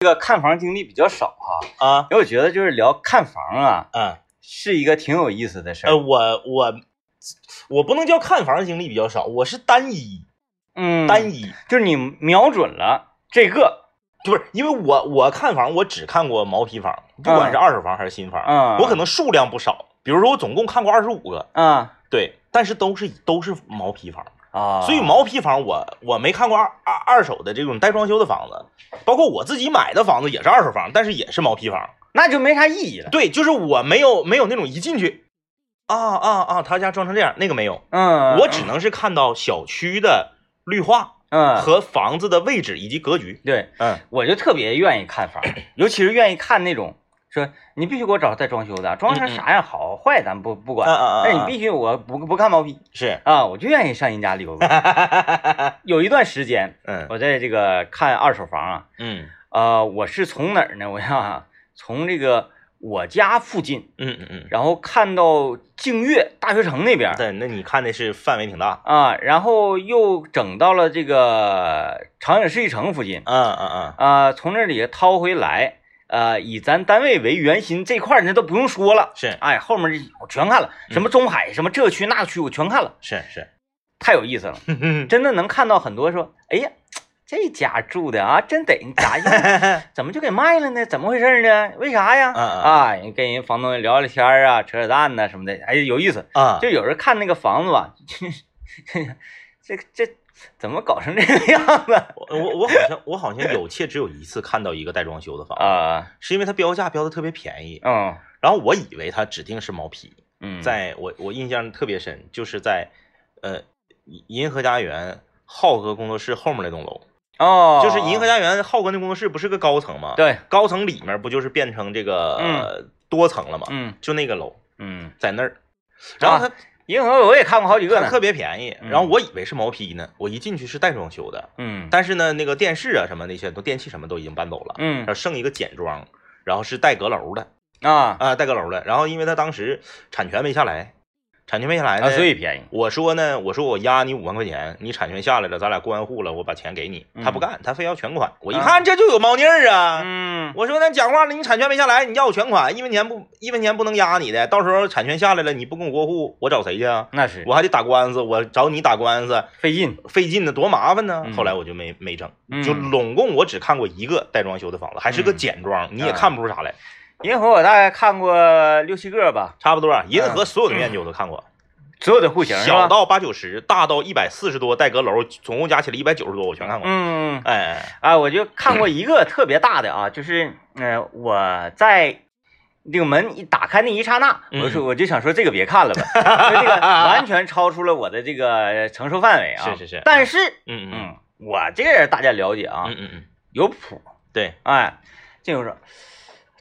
这个看房经历比较少哈，啊，因为我觉得就是聊看房啊，嗯，是一个挺有意思的事儿呃，。我我我不能叫看房经历比较少，我是单一嗯，单一，就是你瞄准了这个，不是因为我我看房我只看过毛坯房，不管是二手房还是新房，嗯我可能数量不少，比如说我总共看过二十五个，啊对，但是都是都是毛坯房，啊，所以毛坯房我我没看过二二二手的这种带装修的房子，包括我自己买的房子也是二手房，但是也是毛坯房。那就没啥意义了。对，就是我没有没有那种一进去，啊啊啊，他家装成这样，那个没有，嗯，我只能是看到小区的绿化嗯，和房子的位置以及格局。对，嗯我就特别愿意看 房，尤其是愿意看那种说你必须给我找带装修的，装成啥样好坏咱不不嗯管，嗯但嗯，哎你必须我不不看毛坯是，啊，我就愿意上人家 溜达。有一段时间，嗯我在这个看二手房啊，嗯呃，我是从哪儿呢？我 想想，从这个我家附近，嗯嗯嗯，然后看到净月大学城那边儿对，那你看的是范围挺大。啊，然后又整到了这个长影世纪城附近嗯嗯啊、从那里掏回来，呃，以咱单位为圆心这块儿那都不用说了嗯，，是哎，后面这我全看了，什么中海，什么这区那区我全看了，是是， 太有意思了。真的能看到很多说，哎呀，这家住的啊，真得咋样？ 怎么就给卖了呢？怎么回事呢？为啥呀？嗯嗯啊，人跟人房东聊聊天儿啊，扯扯淡呐、什么的，哎，有意思。啊，就有人看那个房子吧， 这这怎么搞成这个样子我我我好像我好像有且只有一次看到一个带装修的房子，啊？是因为它标价标的特别便宜，嗯然后我以为它指定是毛坯，嗯，在我我印象特别深，就是在呃银银河家园浩哥工作室后面那栋楼，哦，就是银河家园浩哥那工作室不是个高层吗？，对，高层里面不就是变成这个、呃多层了吗？嗯就那个楼嗯，在那儿，然后它、银河我也看过好几个它呢，特别便宜，嗯然后我以为是毛坯呢，我一进去是带装修的，嗯但是呢那个电视啊什么那些都电器什么都已经搬走了，嗯然后剩一个简装，然后是带阁楼的啊啊、带阁楼的，然后因为他当时产权没下来，产权没下来呢，啊，所以便宜，我说呢，我说我押你五万块钱，你产权下来了，咱俩过完户了，我把钱给你。他不干，他非要全款。我一看这就有猫腻儿啊！啊嗯我说那讲话了，你产权没下来，你要我全款，一分钱不一分钱不能压你的。到时候产权下来了，你不跟我过户，我找谁去啊？那是我还得打官司，我找你打官司费劲，费劲呢，多麻烦呢嗯。后来我就没没整，嗯就拢共我只看过一个带装修的房子，还是个嗯简装，你啊也看不出啥来。银河我大概看过六七个吧，差不多啊，银嗯河所有的面积我都看过，所有的户型是小吧？到八九十，大到一百四十多，带阁楼，总共加起来一百九十多，我全看过。嗯，嗯哎，哎啊，我就看过一个特别大的啊，就是呃，我在这个门一打开那一刹那，我说我就想说这个别看了吧， 因为这个完全超出了我的这个承受范围啊。是是是但是，嗯嗯嗯，我这个人大家了解啊，嗯嗯嗯，有谱。对，哎，这就是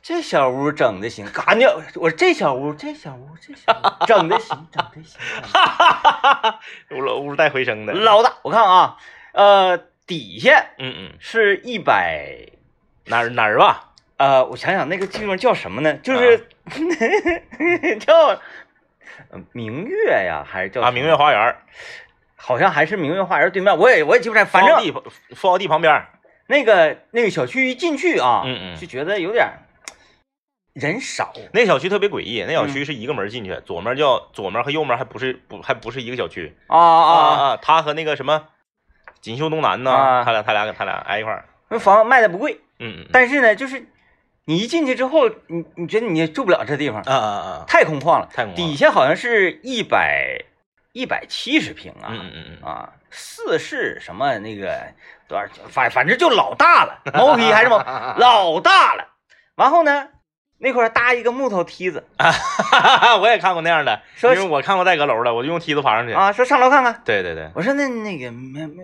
这小屋整的行，嘎你我说这小屋这小屋这小屋整的行，整的行，啊整得行屋楼屋带回声的，老大，我看啊，呃，底下嗯嗯，是一百。哪儿哪儿吧？呃，我想想那个地方叫什么呢？就是、啊 叫呃明月呀，还是叫啊，什么明月，花园，好像还是明月花园对面，我也我也记不太，反富豪正地旁富豪地旁边儿，那个那个小区一进去啊，嗯嗯就觉得有点儿人少，那小区特别诡异，那小嗯区是一个门进去，左面叫左面和右面还不是不还不是一个小区啊啊啊，啊，他和那个什么锦绣东南啊呢，他俩他俩他俩挨一块儿，那房卖的不贵，嗯嗯，但是呢，就是你一进去之后，你你觉得你住不了这地方，啊啊啊，太空旷了，太空旷了底下好像是一百一百七十平啊，嗯嗯嗯嗯，啊，四世什么那个多少，反反正就老大了，毛坯还是毛， 老大了。然后呢，那块儿搭一个木头梯子 我也看过那样的，因说为我看过带阁楼的，我就用梯子爬上去。啊，说上楼看看。对对对，我说那那个没没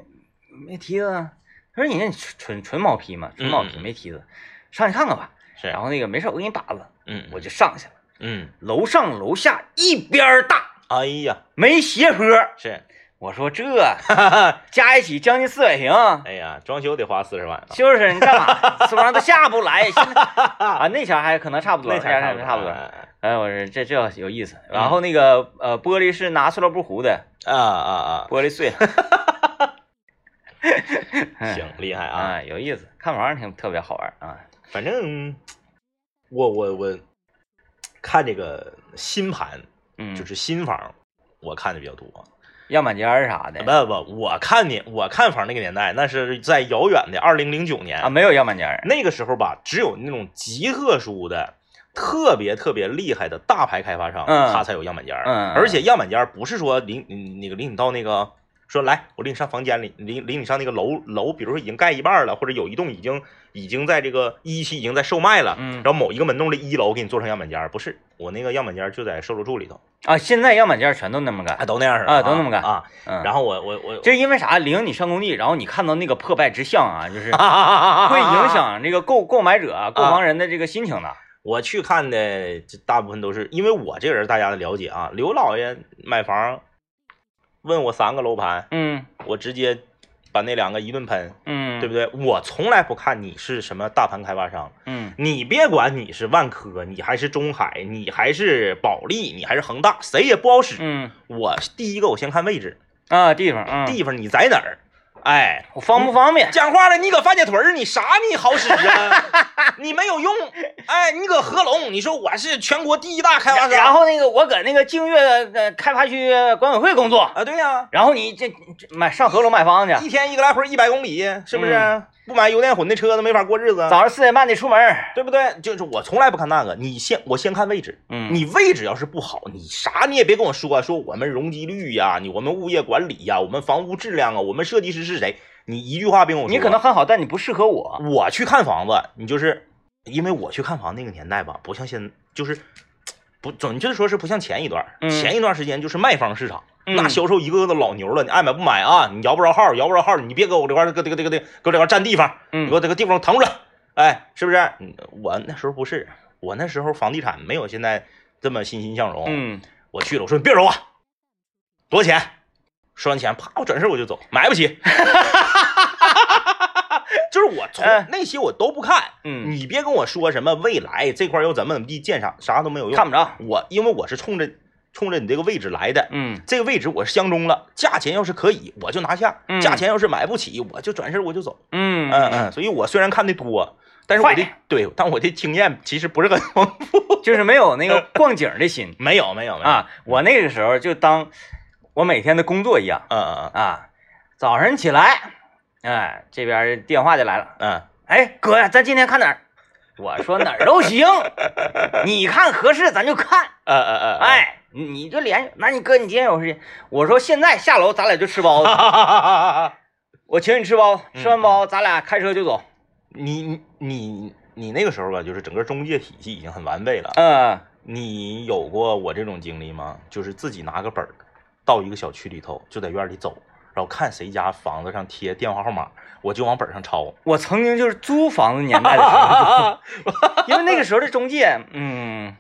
没梯子啊，他说你那纯纯毛坯嘛，纯毛坯嗯嗯没梯子，上去看看吧。是，然后那个没事，我给你把子，嗯，我就上去了。嗯，楼上楼下一边儿大，哎呀，没斜坡。是，我说这加一起将近四百平，哎呀，装修得花四十万啊，就是你干嘛？这玩意儿都下不来。现 在啊， 那前还可能差不多，那前才差不多。差不多啊哎，我说这这要有意嗯思。然后那个呃，玻璃是拿塑料布糊的，啊啊！玻璃碎了。 哎行，厉害啊！啊，有意思，看玩儿挺特别好玩儿啊。反正我我我看这个新盘，嗯，就是新房，我看的比较多。样板间儿啥的不不，我看你我看房那个年代，那是在遥远的二零零九年啊，没有样板间儿。那个时候吧，只有那种极特殊的、特别特别厉害的大牌开发商，嗯他才有样板间儿。嗯嗯而且样板间儿不是说领嗯那个领你到那个说来，我领你上房间里，领领你上那个楼楼，比如说已经盖一半了，或者有一栋已经已经在这个一期已经在售卖了，嗯然后某一个门弄的一楼给你做成样板间儿，不是，我那个样板间儿就在售楼处里头，啊，现在样板间儿全都那么啊，干。都那样式的啊都那么干啊。嗯，然后我我我。 就因为啥，领你上工地，然后你看到那个破败之象啊，就是 会会影啊响这个购购买者啊、购房人的这个心情的。我去看的，这大部分都是因为我这个人，大家的了解啊。刘老爷买房，问我三个楼盘，嗯我直接把那两个一顿喷，嗯，对不对？对？我从来不看你是什么大盘开发商，嗯你别管你是万科，你还是中海，你还是保利，你还是恒大，谁也不好使。嗯我第一个，我先看位置，啊，地方嗯，地方你在哪儿？哎，我方不方便？讲话了，你搁范家屯儿，你啥你好使啊？ 你没有用。哎，你搁合龙，你说我是全国第一大开发商，然后那个我搁那个净月呃开发区管委会工作，啊，对呀、然后你这这买上合楼买房去，一天一个来回一百公里，是不是？不买油电混的车，那没法过日子，嗯早上四点半得出门儿。对不对？就是我从来不看那个，你先我先看位置。嗯你位置要是不好，你啥你也别跟我说、说我们容积率呀、你我们物业管理呀、我们房屋质量啊，我们设计师是谁，你一句话别跟我说。你可能很好，但你不适合我。我去看房子，你就是因为我去看房那个年代吧，不像现就是不准确的说是不像前一段儿，嗯前一段时间就是卖方市场，嗯那销售一个个都老牛了，你爱买不买啊？你摇不着号，摇不着号，你别给我这块儿搁这个这个这个搁这块儿占地方，你嗯给我这个地方腾出来，哎，是不是？嗯我那时候不是，我那时候房地产没有现在这么欣欣向荣，嗯我去了，我说你别揉我，多少钱？说完钱，啪，我转身我就走，买不起。 就是我从哎那些我都不看，嗯你别跟我说什么未来这块儿要怎么怎么地建啥，啥都没有用。嗯看不着。我，因为我是冲着冲着你这个位置来的，嗯这个位置我是相中了，价钱要是可以我就拿下，嗯价钱要是买不起我就转身我就走。嗯嗯嗯，所以我虽然看的多，但是我的快对，但我的经验其实不是很丰 富。就是没有那个呃逛景儿的心 没有没有没有，啊。我那个时候就当我每天的工作一样嗯嗯啊，早晨起来，哎，这边电话就来了，嗯哎哥呀，咱今天看哪儿？我说哪儿都行， 你看合适咱就看。嗯嗯嗯嗯，哎，你你就联系，那你哥你今天有时间？我说现在下楼咱俩就吃包哈 子，哈哈哈哈哎哈！我请你吃包，嗯子，吃完包咱俩开车就走。你你你那个时候吧，就是整个中介体系已经很完备了。嗯，你有过我这种经历吗？就是自己拿个本儿，到一个小区里头，就在院里走，然后看谁家房子上贴电话号码，我就往本上抄。 我曾经就是租房子年代的时候，因为那个时候的中介，嗯，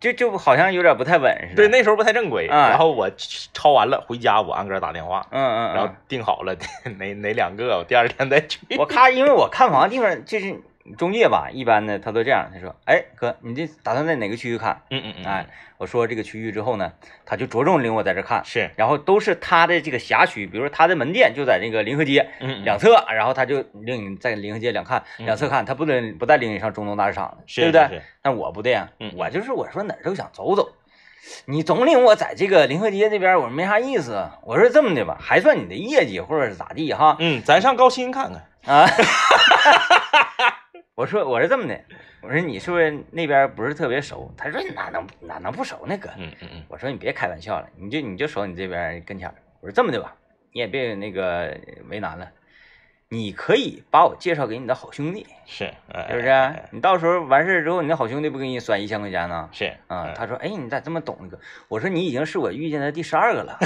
就就好像有点不太稳似的。对，那时候不太正规。啊然后我抄完了回家，我按个打电话，嗯嗯，然后嗯，定好了 哪哪两个，我第二天再去。 我咔，因为我看房的地方就是中介吧，一般的他都这样，他说，哎哥，你这打算在哪个区域看？嗯嗯嗯，哎，，我说这个区域之后呢，他就着重领我在这看，是，然后都是他的这个辖区，比如说他的门店就在那个临河街，嗯两侧，然后他就领你在临河街两看，嗯两侧看，他不能不带领你上中东大市场的，是对不是对是？但我不这样嗯，嗯我就是我说哪儿都想走走，你总领我在这个临河街这边，我说没啥意思。啊我说这么的吧，还算你的业绩或者是咋地哈嗯，咱上高新看看。啊。 我说我是这么的，我说你是不是那边不是特别熟？他说哪能哪能不熟呢哥？嗯嗯嗯，我说你别开玩笑了，你就你就守你这边跟前儿。我说这么的吧，你也别那个为难了，你可以把我介绍给你的好兄弟，是，哎是是不是？你到时候完事儿之后，你的好兄弟不给你甩一千块钱呢？是啊、嗯他说，哎，你咋这么懂那个？我说你已经是我遇见的第十二个了。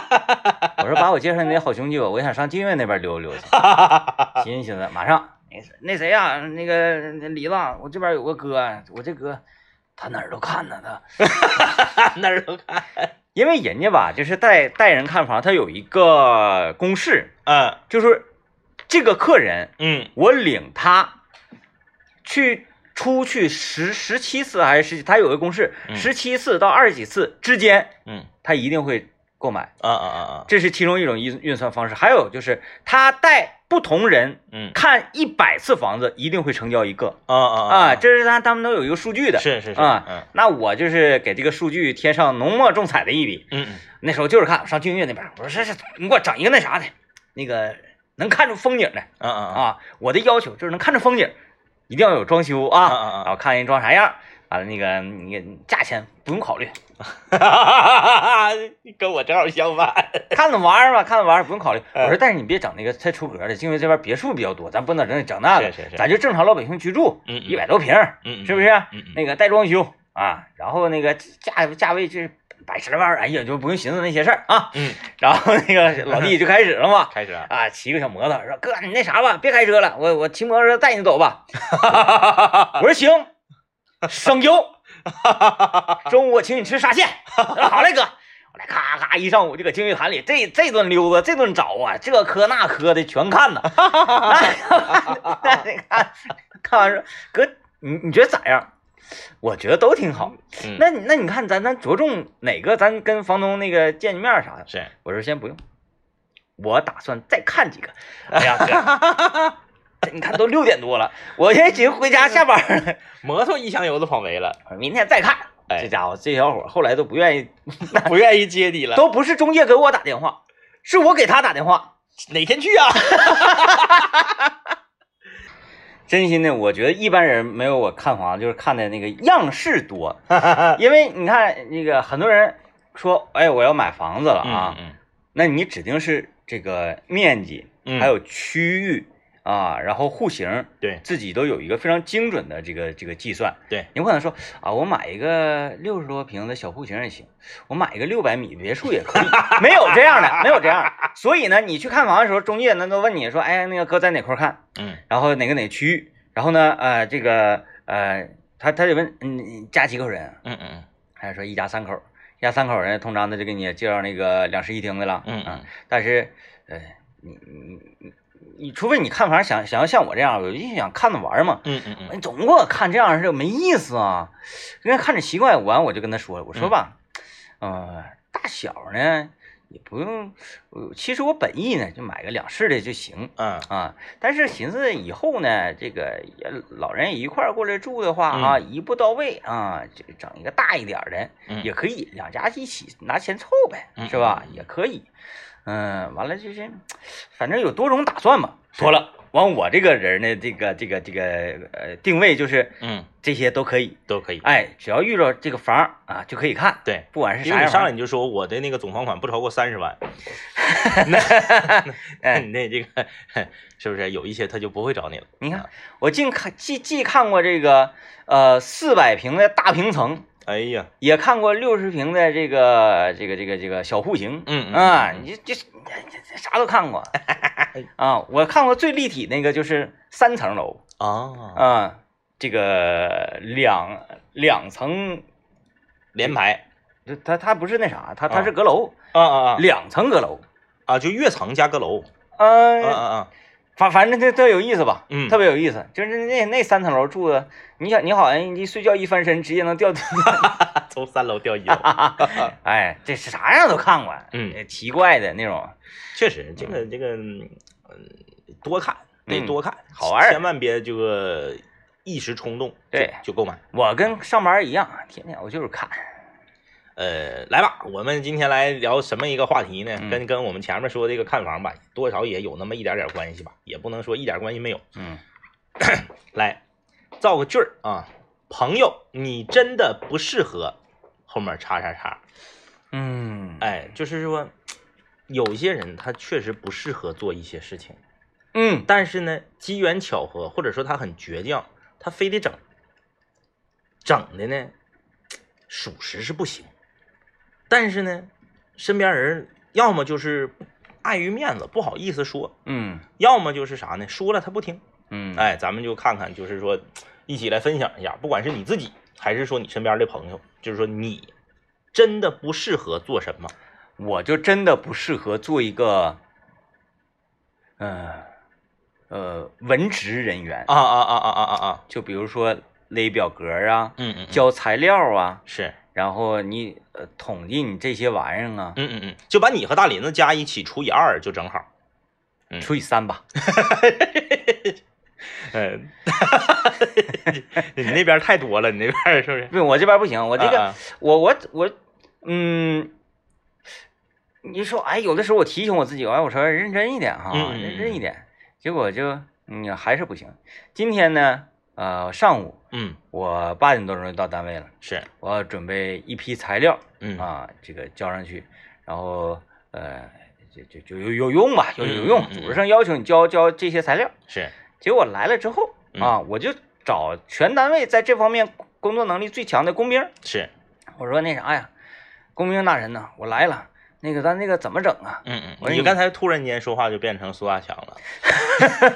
我说把我介绍你的好兄弟吧，我想上金岳那边溜 达溜达。寻思寻思，马上那谁那谁呀、那个那李子，我这边有个哥，我这哥他哪儿都看呢，他。 那儿都看。 因为人家吧，就是带带人看房，他有一个公式，嗯就是这个客人，嗯我领他去出去十十七次还是十几，他有个公式，嗯十七次到二十几次之间，嗯他一定会购买，啊啊啊啊，这是其中一种运运算方式。还有就是他带不同人嗯看一百次房子，一定会成交一个啊啊啊，这是他他们都有一个数据的。是是是啊嗯那我就是给这个数据添上浓墨重彩的一笔。嗯嗯那时候就是看上静月那边，我说是是，你给我整一个那啥的，那个能看出风景的啊啊啊。我的要求就是能看出风景，一定要有装修啊。啊啊然后看人装啥样，完了那个你价钱不用考虑，啊， 跟我正好相反。看着玩儿 吧，看着玩儿不用考虑。嗯我说，但是你别整那个太出格的，因为这边别墅比较多，咱不能整整那个，是是啊是咱就正常老百姓居住，嗯嗯一百多平儿，嗯是不是？？嗯嗯那个带装修啊，然后那个价价位就是百十来万，哎呀，就不用寻思那些事儿啊。嗯，然后那个老弟就开始了嘛。开始啊。啊，骑个小摩托，说哥，你那啥吧，别开车了，我我骑摩托车带你走吧。我说行，省油。中午我请你吃沙县。我说好嘞，哥。我来咔咔一上午就搁净月潭里这这顿溜达，这顿找啊，这磕那磕的全看呐。 那你看看完说，哥，你你觉得咋样？我觉得都挺好。嗯那你那你看咱咱着重哪个？咱跟房东那个见一面啥的。是我说先不用，我打算再看几个。哎呀，哥， 这你看都六点多了，我现在寻思回家下班了，摩托一箱油都跑没了，我说明天再看。哎这家伙，这小伙儿后来都不愿意， 不愿意接你了。都不是中介给我打电话，是我给他打电话。哪天去啊？真心的，我觉得一般人没有我看房就是看的那个样式 多，啊因为你看那个很多人说，哎，我要买房子了啊，嗯那你指定是这个面积，嗯还有区域啊，然后户型，对自己都有一个非常精准的这个这个计算。对，你不可能说啊，我买一个六十多平的小户型也行，我买一个六百米别墅也可 以，没有这样的，没有这样的。所以呢，你去看房的时候，中介那都问你说，哎，那个哥在哪块儿看？嗯然后哪个哪区域？然后呢，呃，这个呃，他他得问嗯你家几口人？嗯嗯还是说一家三口？一家三口人，通常他就给你介绍那个两室一厅的了。嗯啊嗯但是，呃，你你你你，除非你看房想想要像我这样，我就想看着玩嘛。嗯嗯嗯你总给我看这样是没意思啊，人家看着奇怪。完我就跟他说了，嗯我说吧，呃，大小呢也不用，呃其实我本意呢就买个两室的就行嗯啊。但是寻思以后呢，这个也老人也一块儿过来住的话啊，一步到位啊，就整一个大一点儿的。嗯，也可以，两家一起拿钱凑呗，嗯是吧嗯？嗯也可以，嗯，完了就是，反正有多种打算嘛。是说了，完我这个人呢，这个这个这个呃定位就是嗯这些都可以，都可以。哎，只要遇到这个房啊就可以看，对，啊不管是因啥为样你上来房，你就说我的那个总房款不超过三十万， 那哎， 你那这个是不是有一些他就不会找你了？ 你看我净看既既看过这个呃四百平的大平层，哎呀，也看过六十平的这个这个这个这个小户型，嗯嗯啊，嗯哎你这这这啥都看过 啊！我看过最立体那个就是三层楼啊，啊，这个两两层，连排就它它不是那啥，它它啊是阁楼，啊啊两层阁楼，啊，就跃层加阁楼啊嗯、啊啊，反反正这特有意思吧，嗯特别有意思，就是那那三层楼住的，你想你好像一睡觉一翻身直接能掉， 啊从三楼掉一楼。哎，这是啥样都看过，哎嗯，奇怪的那种，确实，这个这个，嗯，多看得嗯多看，好玩儿千万别这个一时冲动，对就就购买。我跟上班一样，天天我就是看，呃，来吧，我们今天来聊什么一个话题呢？嗯跟跟我们前面说这个看房吧，多少也有那么一点点关系吧，也不能说一点关系没有。嗯来，造个句儿啊，朋友，你真的不适合后面叉叉叉。嗯，哎，就是说，有些人他确实不适合做一些事情。嗯。但是呢，机缘巧合，或者说他很倔强，他非得整，整的呢，属实是不行。但是呢，身边人要么就是碍于面子不好意思说，嗯要么就是啥呢，说了他不听。嗯，哎，咱们就看看，就是说，一起来分享一下，不管是你自己还是说你身边的朋友，就是说你真的不适合做什么。我就真的不适合做一个，呃呃，文职人员。啊啊啊啊啊啊啊！就比如说勒表格啊，嗯嗯，嗯交材料啊，是然后你呃统计你这些玩意儿啊，嗯嗯嗯，就把你和大林子加一起除以二就正好。嗯除以三吧。嗯，你那边太多了，你那边是不是？不，我这边不行，我我这个、我我我，嗯，你说，哎，有的时候我提醒我自己，哎，我说认真一点哈，嗯嗯嗯认真一点，结果就嗯还是不行。今天呢，呃，上午嗯我八点多钟就到单位了，是我要准备一批材料嗯啊，这个交上去，然后呃，就就就有有用吧，有有用嗯嗯，嗯嗯组织上要求你交交这些材料，是结果来了之后嗯啊，我就找全单位在这方面工作能力最强的工兵。是我说那啥呀，工兵大人呐，我来了，那个咱那个怎么整啊？嗯嗯，我你给你刚才突然间说话就变成苏大强了，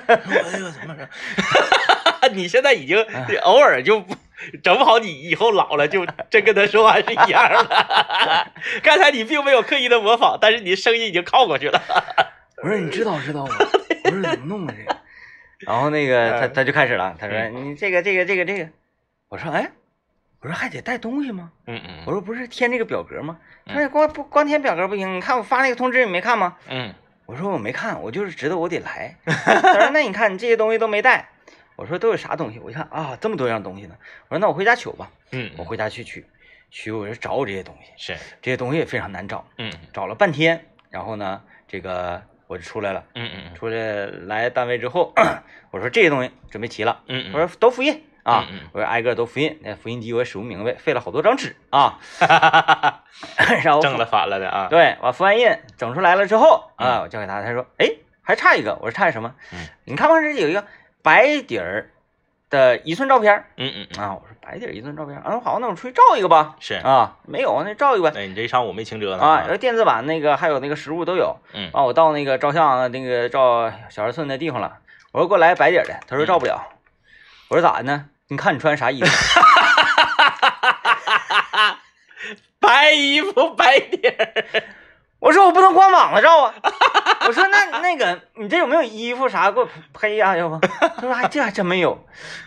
我这个怎么着？你现在已经你偶尔就不整不好，你以后老了就真跟他说话是一样的。刚才你并没有刻意的模仿，但是你声音已经靠过去了。我说你知道知道吗？我说怎么弄啊这个？然后那个他嗯他就开始了，他说嗯你这个这个这个这个，我说哎，我说还得带东西吗？嗯我说不是填这个表格吗？嗯他说光不光填表格不行，你看我发那个通知你没看吗？嗯我说我没看，我就是知道我得 来。他说那你看你这些东西都没带，我说都有啥东西？我一看啊这么多样东西呢，我说那我回家取吧，嗯我回家去取，取我就找我这些东西。是这些东西也非常难找，嗯找了半天，然后呢，这个我就出来了，嗯嗯出来来单位之后， 我说这些东西准备齐了，嗯我说都复印啊嗯嗯，我说挨个都复印，那复印机我也使不明白，费了好多张纸 啊，然后正了反了的啊。对，我复完印整出来了之后啊，我交给他，他说，哎，还差一个，我说差什么嗯？你看看这有一个白底儿的一寸照片儿嗯嗯嗯，啊，我说白底儿一寸照片儿，啊，好，那我出去照一个吧，是。啊，没有，那照一个吧。哎，你这一上午没清折呢啊，有电子版那个，还有那个实物都有。嗯啊，我到那个照相那个照小二寸那地方了，我说给我来白底儿的，他说嗯照不了。我说咋的呢？你看你穿啥衣服？ 白衣服白点儿。我说我不能光膀子照啊。我说那那个你这有没有衣服啥给我配呀、要不？他说哎还这还真没有。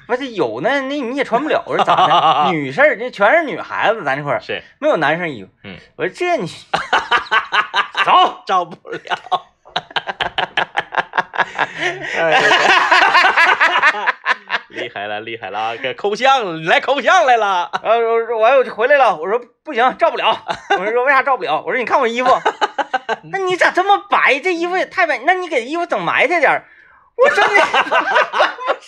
我说有呢，那你也穿不了。我说咋 的？女事儿这全是女孩子，咱这块儿是，没有男生衣服。嗯，我说这你照照不了。 哎 厉害了，厉害了啊！给抠像，你来抠像来了。然后我说我我就回来了，我说不行，照不了。我说为啥照不了？我说你看我衣服，那你咋这么白？这衣服也太白，那你给衣服整埋汰点儿。我真的，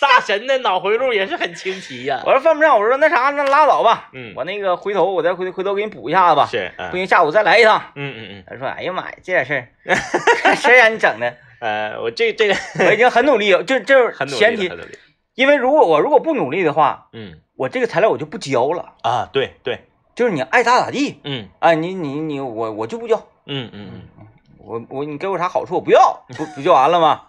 大神的脑回路也是很清奇呀、我说犯不上，我说那啥，那拉倒吧。嗯，我那个回头我再回回头给你补一下子吧，是，不嗯行下午再来一趟。嗯嗯他说哎呀妈呀，这点事 儿，谁让你整的？嗯，呃，我这这个我已经很努力了，就就很是努力了，前提很，努力。因为如果我如果不努力的话，嗯我这个材料我就不交了，啊，对对，就是你爱咋咋地，嗯哎，你你你我我就不交。嗯嗯我我你给我啥好处？我不要，不不就完了吗？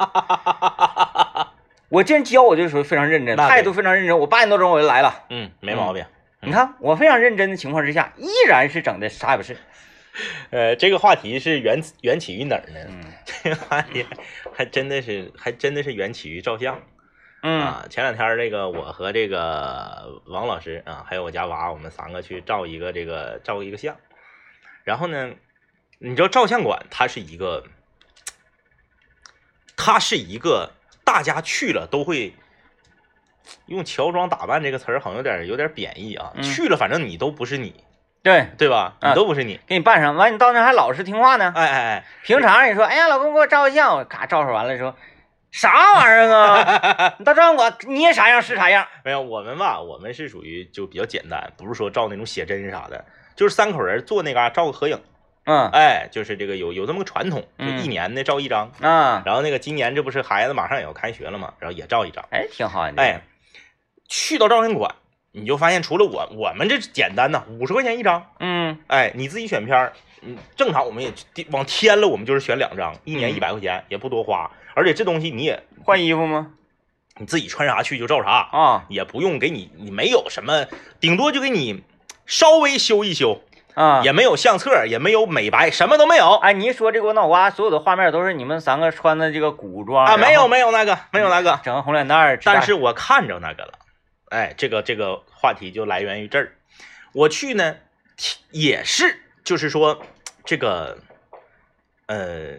我这人教我这时候非常认真，那对态度非常认真。我八点多钟我就来了，嗯，没毛病。嗯你看我非常认真的情况之下，依然是整的啥也不是。呃，这个话题是源源起于哪儿呢？嗯这 个话题还真的是还真的是源起于照相。嗯啊，前两天儿这个我和这个王老师啊，还有我家娃，我们三个去照一个这个照一个相，然后呢，你知道照相馆它是一个，它是一个大家去了都会用乔装打扮这个词儿，好像有点有点贬义啊，嗯去了反正你都不是你，对，对吧？你啊都不是你，给你办上，完你到那还老实听话呢。哎哎哎，平常你说，哎呀，老公给我照个相，我咔照上完了之后，啥玩意儿啊？ 你到照相馆捏啥样是啥样。没有，我们吧，我们是属于就比较简单，不是说照那种写真啥的，就是三口人坐那嘎、照个合影。嗯哎，就是这个有有这么个传统，就嗯一年呢照一张。啊，然后那个今年这不是孩子马上也要开学了嘛，然后也照一张。哎，挺好的。，哎，去到照相馆，你就发现除了我，我们这简单呐，五十块钱一张。嗯哎，你自己选片儿，嗯，正常我们也往天了，我们就是选两张，一年嗯一百块钱、也不多花，而且这东西你也换衣服吗？你自己穿啥去就照啥，啊也不用给你，你没有什么，顶多就给你稍微修一修，啊，也没有相册，也没有美白，什么都没有。哎，你一说这给我脑瓜，所有的画面都是你们三个穿的这个古装啊，没有没没有那个，没有那个，整个红脸蛋儿，但是我看着那个了，哎，这个这个话题就来源于这儿。我去呢，也是就是说这个，呃，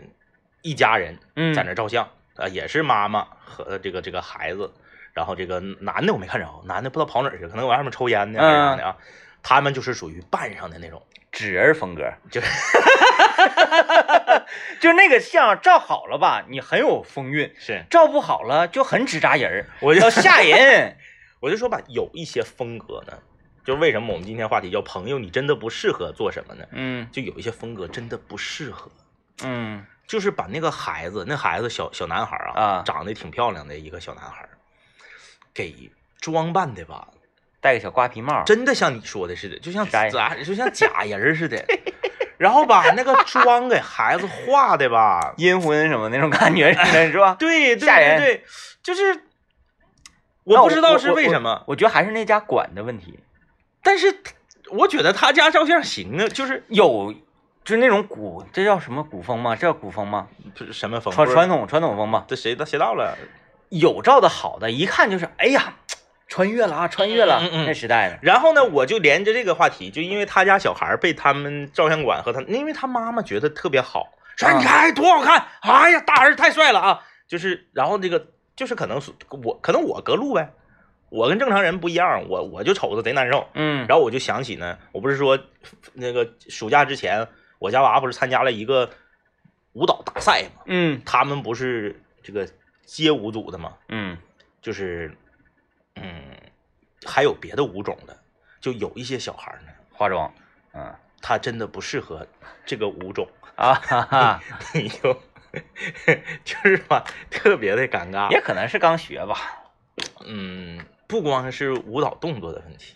一家人嗯在那儿照相啊、呃也是妈妈和呃这个这个孩子，然后这个男的我没看着，男的不知道跑哪儿去了，可能往外面抽烟呢还是啥的嗯啊，他们就是属于扮上的那种，纸人风格， 就是就那个像照好了吧，你很有风韵；是照不好了就很纸扎人儿， 我就要吓人。我就说吧，有一些风格呢，就是为什么我们今天话题叫朋友，你真的不适合做什么呢？ 嗯就有一些风格真的不适合，嗯就是把那个孩子，那孩子小小男孩啊长得挺漂亮的一个小男孩，给装扮的吧，戴个小瓜皮帽，真的像你说的似的，就像假人假，就像假人儿似的， 然后把那个妆给孩子画的吧，阴婚什么那种感 觉似的，是吧？对对吓人对对，就是那我不知道我是为什么，我觉得还是那家馆的问题，但是我觉得他家照相行啊，就是有就是那种古，这叫什么古风吗？这叫古风吗？不是什么风传不是传统传统风吧。这谁到谁到了？有照的好的，一看就是，哎呀，穿越了啊，穿越了，嗯嗯嗯那时代的。然后呢，我就连着这个话题，就因为他家小孩被他们照相馆和他，因为他妈妈觉得特别好，说啊你看哎多好看，哎呀大儿子太帅了啊！就是然后这个就是可能是我可能我隔路呗，我跟正常人不一样，我我就瞅着贼难受。嗯，然后我就想起呢，我不是说那个暑假之前，我家娃不是参加了一个舞蹈大赛嘛，嗯他们不是这个街舞组的嘛，嗯就是，嗯，还有别的舞种的，就有一些小孩儿呢，化妆，嗯他真的不适合这个舞种， 啊哈哈，你就 就是吧，特别的尴尬。也可能是刚学吧，嗯，不光是舞蹈动作的问题，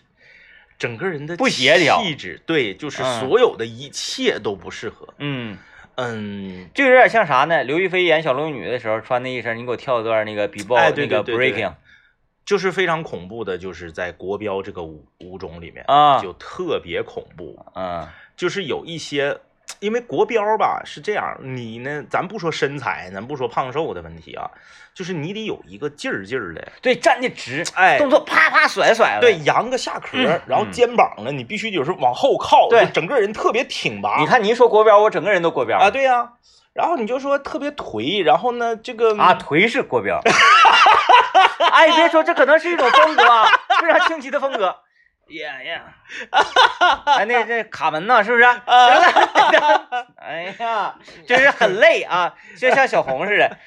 整个人的不协调气质，对，就是嗯所有的一切都不适合。嗯，嗯，就有点像啥呢？刘亦菲演小龙女的时候穿那一身，你给我跳一段那个 B-boy、哎对那个对对对 breaking 就是非常恐怖的，就是在国标这个舞舞种里面，啊，就特别恐怖。嗯就是有一些，因为国标吧是这样，你呢，咱不说身材，咱不说胖瘦的问题啊，就是你得有一个劲儿劲儿的，对，站的直，哎，动作啪啪甩甩的。对，，扬个下壳，嗯然后肩膀呢，你必须就是往后靠，对就整个人特别挺拔，你看你一说国标，我整个人都国标啊，了对呀、然后你就说特别颓，然后呢，这个啊，，腿是国标。 哎，别说，这可能是一种风格啊，非常清奇的风 格。耶耶，哎，那那卡门呐， 是不是？啊 哎呀，就是很累啊，就像小红似的。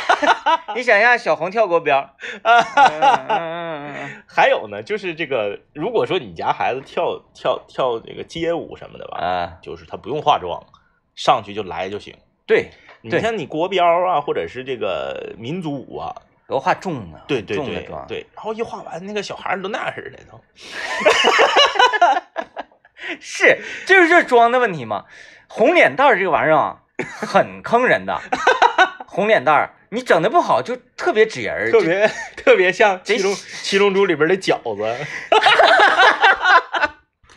你想象小红跳国 标，嗯嗯嗯嗯还有呢，就是这个，如果说你家孩子跳跳跳这个街舞什么的嗯吧，啊，就是他不用化妆，上去就来就行。对，你对像你国标啊，或者是这个民族舞啊，我画重啊，对对重的对妆，对，然后一画完，那个小孩儿都那样似的都。是，这就是妆的问题嘛。红脸蛋儿这个玩意儿啊，很坑人 的。红脸蛋儿，你整的不好就特别纸人儿， 就特别特别像《贼七龙七龙珠》里边的饺子。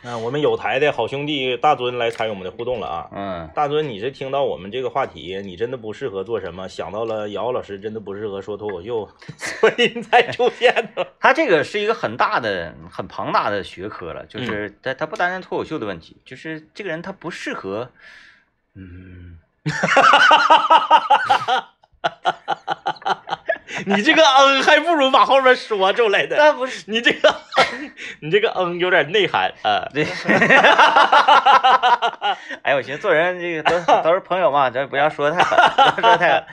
那我们有台的好兄弟大尊来参与我们的互动了啊！嗯大尊，你是听到我们这个话题，你真的不适合做什么，想到了姚老师真的不适合说脱口秀， 所以你才出现的。 它这个是一个很大的、很庞大的学科了，嗯就是它它不单单脱口秀的问题，就是这个人他不适合， 嗯，你这个嗯，还不如把后面说出来的。那不 是你这个，你这个嗯，有点内涵啊。对，哎，我寻思做人这个 都都是朋友嘛，咱不要说太狠，不要说太狠，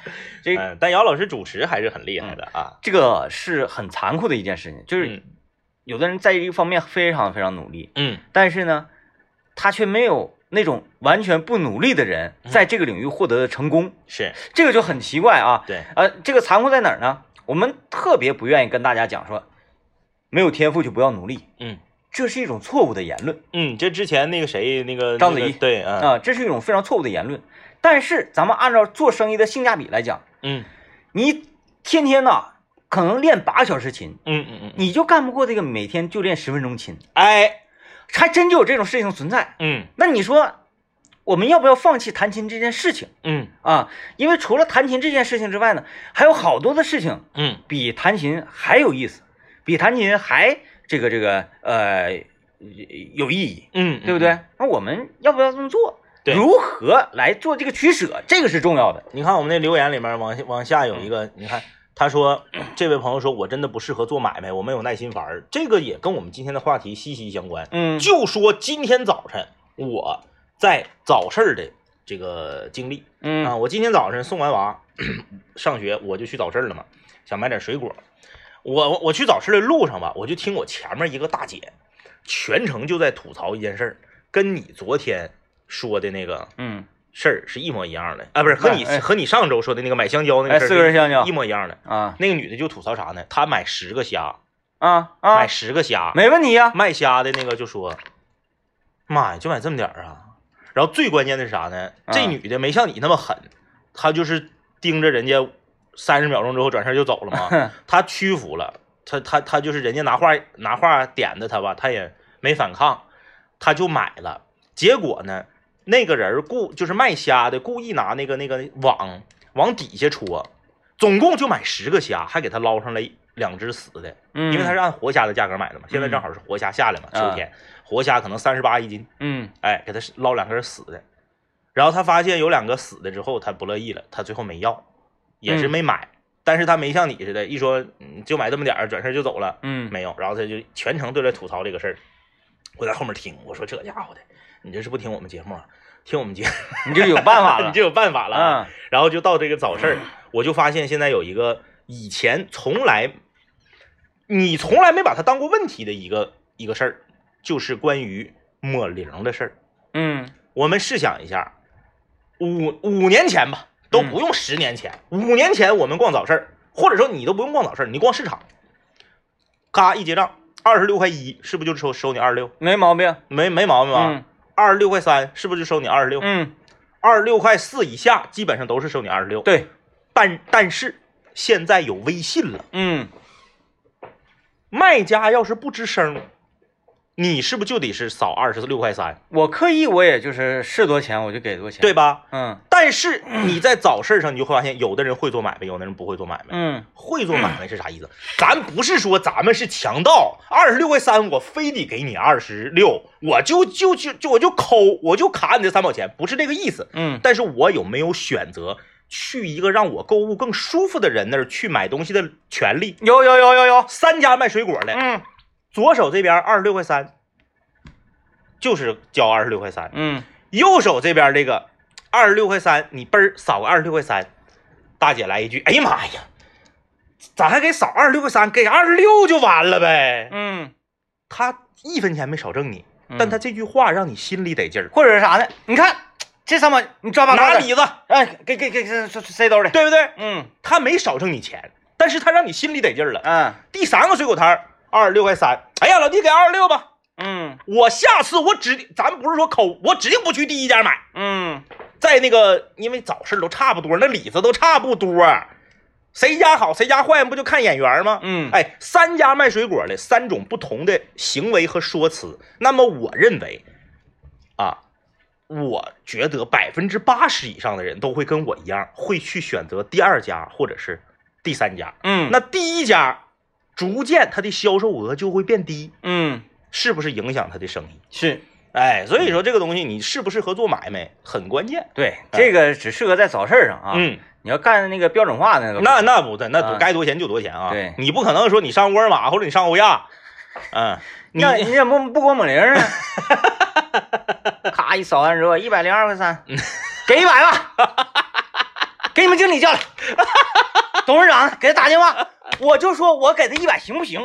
这嗯，但姚老师主持还是很厉害的啊。这个是很残酷的一件事情，就是嗯有的人在这个方面非常非常努力，嗯但是呢，他却没有那种完全不努力的人在这个领域获得的成功，是这个就很奇怪啊。对，呃，这个残酷在哪儿呢？我们特别不愿意跟大家讲说，没有天赋就不要努力，嗯这是一种错误的言论嗯，这之前那个谁，那个章子那个怡对啊，啊、这是一种非常错误的言论。但是咱们按照做生意的性价比来讲，嗯你天天呐、可能练八个小时琴，嗯嗯嗯嗯，你就干不过这个每天就练十分钟琴，哎，还真就有这种事情存在。嗯那你说，我们要不要放弃弹琴这件事情嗯啊？因为除了弹琴这件事情之外呢，还有好多的事情嗯比弹琴还有意思，比弹琴还这个这个呃有有意义，嗯，对不嗯？对？那我们要不要这么做？对如何来做这个取舍，这个是重要的。你看我们那留言里面往下往下有嗯一个，你看他说这位朋友说我真的不适合做买卖，我没有耐心烦儿，这个也跟我们今天的话题息息相关。嗯就说今天早晨我在早市儿的这个经历啊，嗯我今天早晨送完娃上学，我就去早市儿了嘛，想买点水果。我我我去早市儿的路上吧，我就听我前面一个大姐全程就在吐槽一件事儿，跟你昨天说的那个嗯，事儿是一模一样的啊，不是和你、哎哎和你上周说的那个买香蕉那哎，个事儿四根是香蕉一模一样的。啊那个女的就吐槽啥呢？她买十个虾，啊买啊，十个虾，没问题呀。卖虾的那个就说：“妈呀，就买这么点儿啊！”然后最关键的是啥呢？这啊女的没像你那么狠，她就是盯着人家三十秒钟之后转身就走了嘛， 她屈服了，她她她就是人家拿话拿话点的她吧，她也没反抗，她就买了。结果呢，那个人故就是卖虾的故意拿那个那个网往底下戳，总共就买十个虾，还给她捞上来两只死的。嗯，啊因为它是按活虾的价格买的嘛，现在正好是活虾下来嘛，秋天活虾可能三十八一斤，嗯哎，给它捞两根死的，然后他发现有两个死的之后，他不乐意了，他最后没要，也嗯是没买，但是他没像你似的，一说嗯就买这么点儿，转身就走了，嗯没有，然后他就全程都在吐槽这个事儿，我在后面听，我说这家伙的，你这是不听我们节目啊？听我们节目你就有办法 你了就。有办法了啊啊，然后就到这个早市儿，我就发现现在有一个以前从来你从来没把它当过问题的一个一个事儿，就是关于抹零的事儿。嗯我们试想一下，五五年前吧，都嗯不用十年前，五年前我们逛早市儿，或者说你都不用逛早市儿，你逛市场，嘎一结账二十六块一，是不是就收收你二十六？没毛病。没没毛病吧嗯？二十六块三是不是就收你二十六？嗯，二十六块四以下基本上都是收你二十六。对，但但是现在有微信了，嗯卖家要是不吱声，你是不是就得是扫二十六块三，，我刻意我也就是是多钱我就给多钱。对，吧？嗯但是你在早市上，你就会发现，有的人会做买卖，有的人不会做买卖。嗯会做买卖是啥意思？咱不是说咱们是强盗，二十六块三我非得给你二十六，我就就就就我就抠，我就卡你这三毛钱，不是这个意思。嗯但是我有没有选择去一个让我购物更舒服的人那儿去买东西的权利？有有有有有，三家卖水果的，嗯左手这边二十六块三，就是交二十六块三；嗯右手这边这个二十六块三，你嘣儿扫个二十六块三，大姐来一句：“哎呀妈呀，咋还给扫二十六块三？给二十六就完了呗。嗯，”他一分钱没少挣你，嗯但他这句话让你心里得劲儿。或者是啥呢？你看这三毛，你抓把拿杆子，李子，哎，给给给给塞塞兜里。对不对？嗯他没少挣你钱，但是他让你心里得劲儿了。嗯第三个水果摊儿二十六块三，哎呀，老弟给二十六吧。嗯我下次我指定，咱不是说抠，我指定不去第一家买，嗯在那个因为早市都差不多，那里子都差不多，谁家好谁家坏不就看眼缘吗？嗯，哎，三家卖水果的三种不同的行为和说辞，那么我认为，啊，我觉得百分之八十以上的人都会跟我一样，会去选择第二家或者是第三家。嗯那第一家逐渐它的销售额就会变低，嗯是不是影响它的生意？是哎，所以说这个东西你适不适合做买卖很关键。对，哎这个只适合在早市上啊。，嗯，你要干那个标准化的那个，那那不对，那多啊该多钱就多钱啊。对你不可能说你上沃尔玛或者你上欧亚， 嗯，你那你怎么不不给我抹零 呢？咔一扫完之后，一百零二块三， 给一百吧，给你们经理叫来，董事长给他打电话，我就说我给他一百行不行？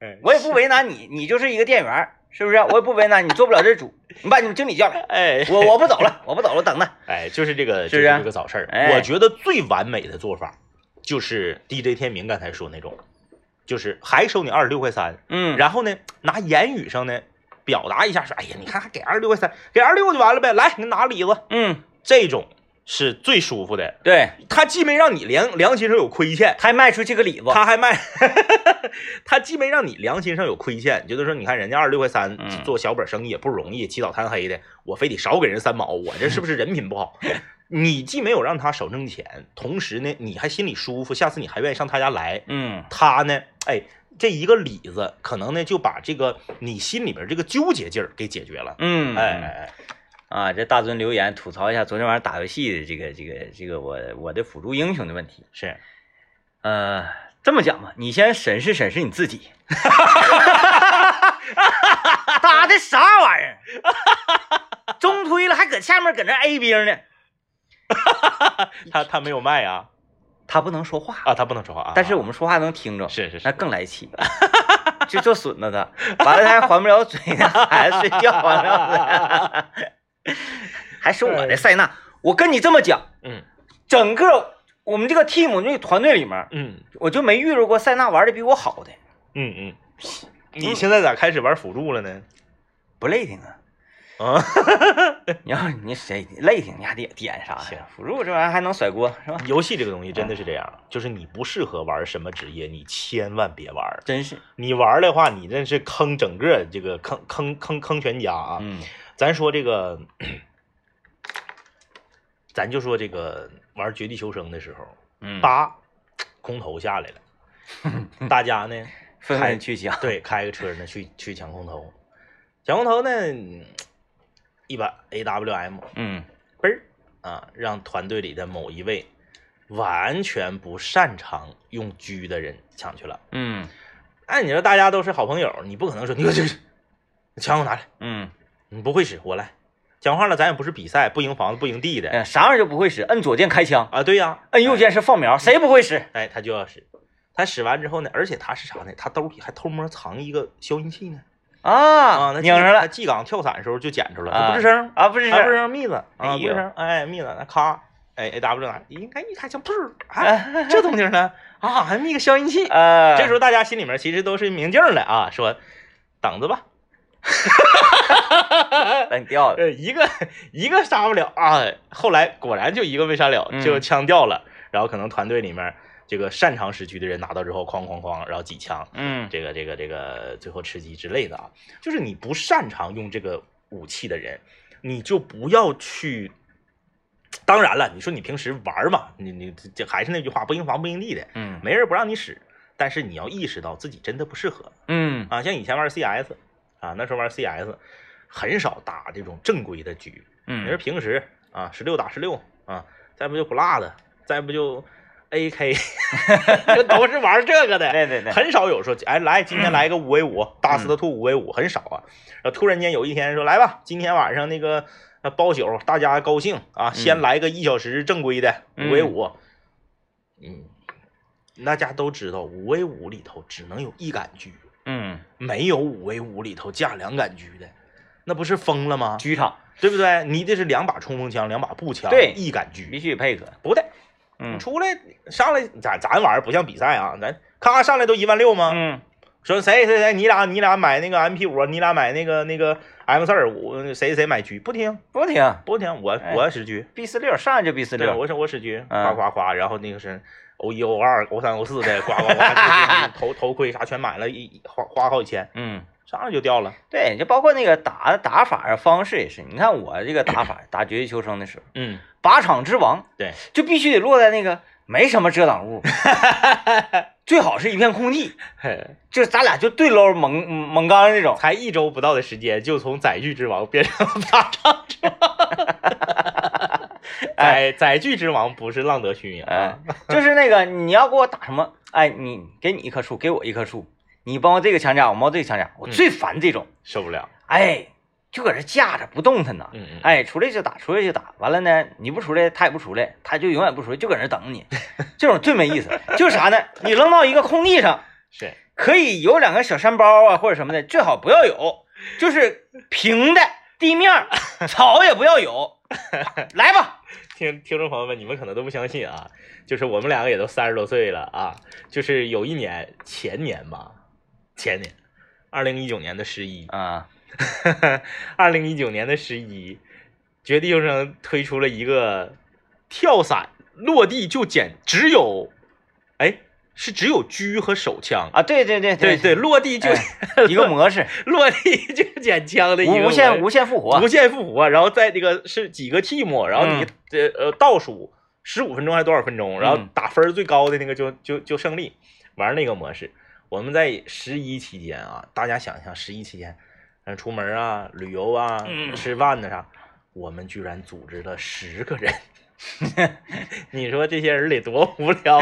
哎我也不为难你，你就是一个店员，是不是？我也不为难你，做不了这主，你把你们经理叫来，哎我我不走了，我不走了，等他。哎，就是这个，是就是啊这个早市儿。哎我觉得最完美的做法就是 DJ 天明刚才说那种，就是还收你二十六块三，嗯，然后呢拿言语上呢表达一下说，哎呀，你看还给二十六块三，给二十六就完了呗，来你拿李子，嗯，这种是最舒服的。对，他既没让你良良心上有亏欠，还卖出去个礼物。他还卖， 他既没让你良心上有亏欠，就是说，你看人家二十六块三嗯做小本生意也不容易，起早贪黑的，我非得少给人三毛，我这是不是人品 不好？你既没有让他少挣钱，同时呢，你还心里舒服，下次你还愿意上他家来。嗯他呢，哎，这一个里子，可能呢就把这个你心里边这个纠结劲儿给解决了。嗯，哎哎哎，啊，这大尊留言吐槽一下昨天晚上打游戏的这个这个这个我我的辅助英雄的问题。是，呃，这么讲吧，你先审视审视你自己， 打的啥玩意儿？中推了还搁下面搁那 A 兵呢，他他没有麦啊他不能说话，啊，他不能说话啊。但是我们说话能听着，是是是那，更来气，就这损呢他，完了他还还不了嘴呢，孩子睡觉还不了嘴，还是我的塞纳。我跟你这么讲，嗯整个我们这个 team 这个团队里面，嗯我就没遇着过塞纳玩的比我好的，嗯嗯，你现在咋开始玩辅助了呢？不累挺啊。啊， 你要是你谁累挺，你还得点啥行呀？辅助这玩意儿还能甩锅是吧？ 游戏这个东西真的是这嗯样，就是你不适合玩什么职业，你千万别玩。真是，你玩的话，你那是坑整个这个坑坑坑坑全家啊！嗯咱说这个， 咱就说这个玩绝地求生的时候，嗯，八空投 下来了，大家呢纷纷去想，对开个车呢去去抢空投，抢空投呢嗯一把 AWM 嗯嘣儿啊，让团队里的某一位完全不擅长用狙的人抢去了。嗯哎，你说大家都是好朋友，你不可能说你给我去，你枪给我拿来，嗯，你不会使我来。讲话了，咱也不是比赛，不赢房子不赢地的哎啥玩意儿就不会使，摁左键开枪，啊。对呀、摁右键是放苗，谁不会使？哎，他就要使。他使完之后呢，而且他是啥呢？他兜里还偷摸藏一个消音器呢。啊，那拧上他了系岗跳伞的时候就捡出来，啊他不吱声，啊，不是他不吱声，蜜子啊，哎不呦吱声，哎，蜜子，那咔，哎，A W 拿，应该一开枪，噗，哎， 这动静呢？啊，还密个消音器。呃，这时候大家心里面其实都是明镜儿的啊，说等着吧，候哎把你掉了，呃，一个一个杀不了啊，后来果然就一个没杀了，就嗯枪掉了，然后可能团队里面这个擅长时区的人拿到之后，哐哐哐，然后几枪，嗯这个这个这个最后吃鸡之类的啊，就是你不擅长用这个武器的人，你就不要去。当然了，你说你平时玩儿嘛，你你这这还是那句话，不赢房不赢地的，嗯没人不让你使，但是你要意识到自己真的不适合。嗯啊，像以前玩 CS 啊，那时候玩 CS 很少打这种正规的局，你说嗯平时啊十六打十六啊，再不就不落的，再不就 AK，就都是玩这个的。对对对，嗯很少有说，哎，来，今天来一个五 v 五，大司的兔五 v 五，很少啊。然后突然间有一天说，来吧，今天晚上那个呃包宿，大家高兴啊，先嗯来个一小时正规的五 v 五。嗯，大家都知道，五 v 五里头只能有一杆狙，嗯，没有五 v 五里头架两杆狙的，那不是疯了吗？局场对不对？你这是两把冲锋枪，两把步枪，对一杆必狙，须得配合，不对，你嗯出来上来，咱咱玩意儿不像比赛啊，咱咔上来都一万六吗？嗯说谁谁谁，你俩你俩买那个 MP 五，你俩买那个那个 M 四二五，谁谁买狙，不听不停不听，我哎我使狙， ，B 四六上来就 B 四对，六，我是我使狙，嗯夸夸夸，然后那个是 O 一 O 二 O 三 O 四的，夸夸夸，头头盔啥全买了，一一花花好几千，嗯。上来就掉了，对，就包括那个打打法啊，方式也是。你看我这个打法， 打绝地求生的时候，嗯，靶场之王，对，就必须得落在那个没什么遮挡 物，最好是一片空地， 嘿就咱俩就对搂猛猛刚那种。才一周不到的时间，就从载具之王变成了大仗之 王。载载具之王不是浪得虚名哎 啊！，就是那个你要给我打什么，哎，你给你一棵树，给我一棵树，你帮我这个强甲，我帮这个强甲，我嗯最烦这种，受不了。哎，就搁这架着不动弹呢。嗯嗯，哎，出来就打，出来就打，完了呢，你不出来，他也不出来，他就永远不出来，就搁那等 你，这种最没意思。就是啥呢？你扔到一个空地上，是可以有两个小山包啊，或者什么的，最好不要有，就是平的地面儿，草也不要有。 来吧，听听众朋友们，你们可能都不相信啊，就是我们两个也都三十多岁了啊，就是有一年前年吧，前年，二零一九年的十一， 啊，二零一九年的十一，《绝地求生》推出了一个跳伞落地就捡，只有，哎，是只有狙和手枪啊，对 对对哎对对，落地就、一个模式， 落地就捡枪的一个无无限无限复活无，限复活，然后在这个是几个 team，然后你啊嗯这呃倒数十五分钟还是多少分钟，然后嗯打分最高的那个就就就胜利，玩那个模式。我们在十一期间啊，大家想象十一期间，嗯，出门啊、旅游啊、嗯吃饭的啥，我们居然组织了十个人。 你说这些人得多 无聊？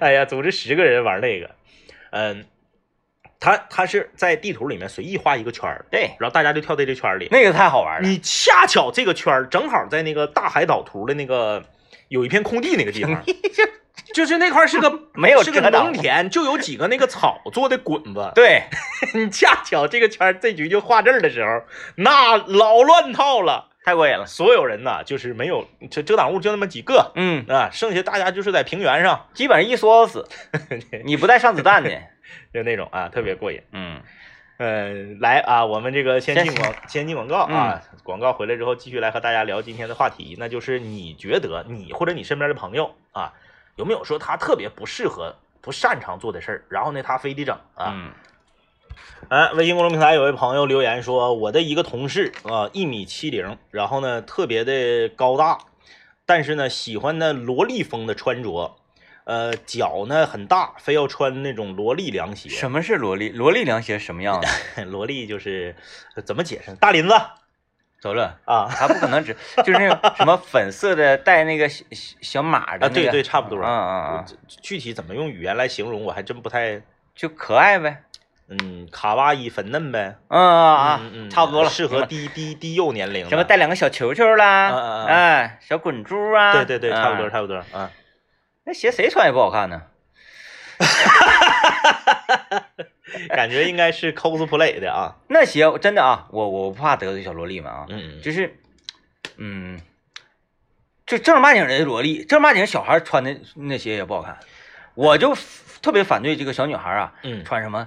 哎呀，组织十个人玩那个，嗯，他他是在地图里面随意画一个圈儿，对，然后大家就跳在这圈儿里。那个太好玩了。你恰巧这个圈儿正好在那个大海岛图的那个有一片空地那个地 方，就是那块儿是 个没有是个遮挡农田，就有几个那个草做的滚 子。对，你恰巧这个圈儿这局就画这儿的时候，那老乱套了。 太过瘾了。所有人呐，就是没有这遮挡物就那么几个嗯，啊，剩下大家就是在平原上 基本上一梭子死，你不带上子弹 的。就那种啊，特别过瘾。嗯，嗯，来啊，我们这个先进广先进广告啊，嗯广告回来之后继续来和大家聊今天的话题，那就是你觉得你或者你身边的朋友啊，有没有说他特别不适合、不擅长做的事儿，然后呢他非得整啊？嗯，哎，微信公众平台有位朋友留言说，我的一个同事啊，一米七零，然后呢特别的高大，但是呢喜欢呢萝莉风的穿着，呃，脚呢很大，非要穿那种萝莉凉鞋。什么是萝莉？萝莉凉鞋什么样子？ 萝莉就是呃怎么解释呢？大林子走了，啊。他不可能只就是那种什么粉色的带那个小小小马的那啊，对个，对，差不多。啊啊啊，这具体怎么用语言来形容，我还真不太，就可爱呗。嗯，卡哇伊粉嫩呗。嗯啊啊嗯嗯，差不多了。适合低低低幼年龄的。什么带两个小球球啦，啊啊啊哎，小滚珠啊，对对对，差不多啊。差不多啊。那鞋谁穿也不好看呢。感觉应该是 cosplay 的 啊。那鞋我真的啊，我我不怕得罪小萝莉们啊，嗯嗯就是，嗯，就正儿八经的萝莉，正儿八经小孩穿的那鞋也不好看，我就 f- 特别反对这个小女孩啊，嗯穿什么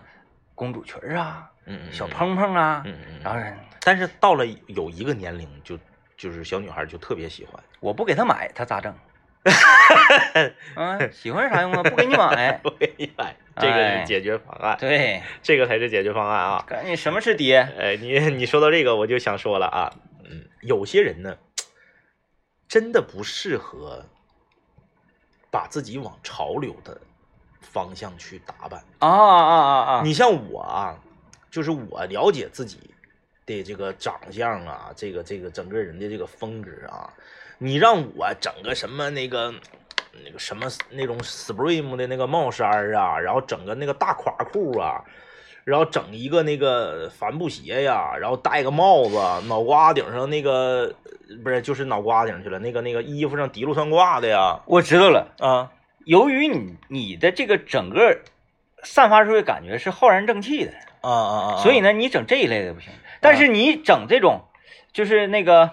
公主裙啊、嗯嗯，小蓬蓬啊，嗯嗯。然然后，后但是到了有一个年龄，就就是小女孩就特别喜欢。 我不给她买，她咋整？嗯，喜欢啥用啊？不给你买，我给你买，这个是解决方案，哎对，这个才是解决方案啊。赶紧什么是爹？哎，你你说到这个，我就想说了啊，嗯，有些人呢，真的不适合把自己往潮流的方向去打扮。啊啊啊啊！你像我啊，就是我了解自己的这个长相啊，这个这个整个人的这个风格啊，你让我整个什么那个。那个什么那种 Supreme 的那个帽衫儿啊，然后整个那个大垮裤啊，然后整一个那个帆布鞋呀，然后戴个帽子，脑瓜顶上那个不是就是脑瓜顶去了，那个那个衣服上滴露算卦的呀，我知道了，啊，由于你你的这个整个散发出的感觉是浩然正气的，啊啊啊！所以呢，你整这一类的不行，但是你整这种，就是那个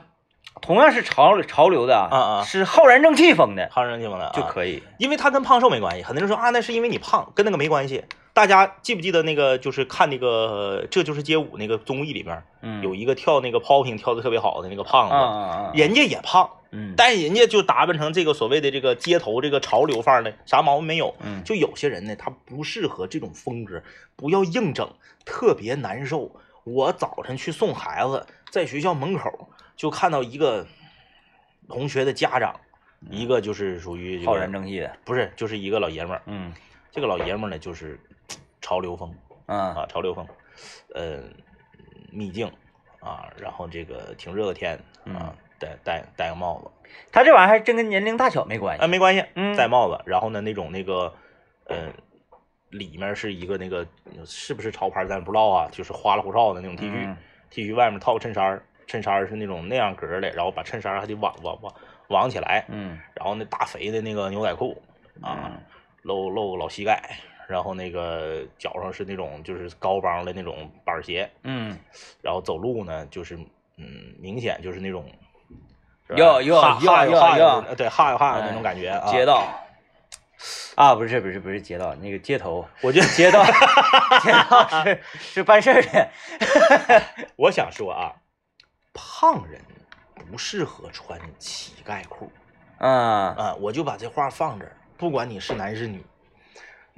同样是潮流潮流的啊啊是浩然正气风的好人听不了就啊可以。因为它跟胖瘦没关系。很多人说啊，那是因为你胖，跟那个没关系。大家记不记得那个就是看那个《这就是街舞》那个综艺里面嗯，有一个跳那个 popping 跳的特别好的那个啊胖子，啊啊，人家也胖，嗯，但人家就打扮成这个所谓的这个街头这个潮流范儿的，啥毛病没有。嗯就有些人呢，他不适合这种风格，不要硬整，特别难受。我早晨去送孩子，在学校门口就看到一个同学的家长，一个就是属于这个嗯浩然正气的，不是，就是一个老爷们儿。嗯这个老爷们儿呢，就是潮流风啊，啊，潮流风，呃，秘境啊，然后这个挺热的天啊嗯，戴戴戴个帽子他这玩意儿还真跟年龄大小没关啊，系。没关系，嗯戴帽子。然后呢，那种那个，呃，里面是一个那个是不是潮牌咱不知道啊，就是花里胡哨的那种 T 恤嗯，T 恤外面套个衬衫儿，衬衫儿是那种那样格儿的，然后把衬衫儿还得网网网网起来，嗯然后那大肥的那个牛仔裤啊，嗯露露个老膝盖，然后那个脚上是那种就是高帮的那种板鞋，嗯，然后走路呢就是嗯，明显就是那种是吧哟哟哈哟哈哟哈哟的对哈有哈的那种哎感觉啊。街道啊，不是不是不是街道，那个街头，我觉得街 道街道是是办事儿的。我想说啊，胖人不适合穿乞丐裤啊，啊，我就把这话放这儿，不管你是男是女。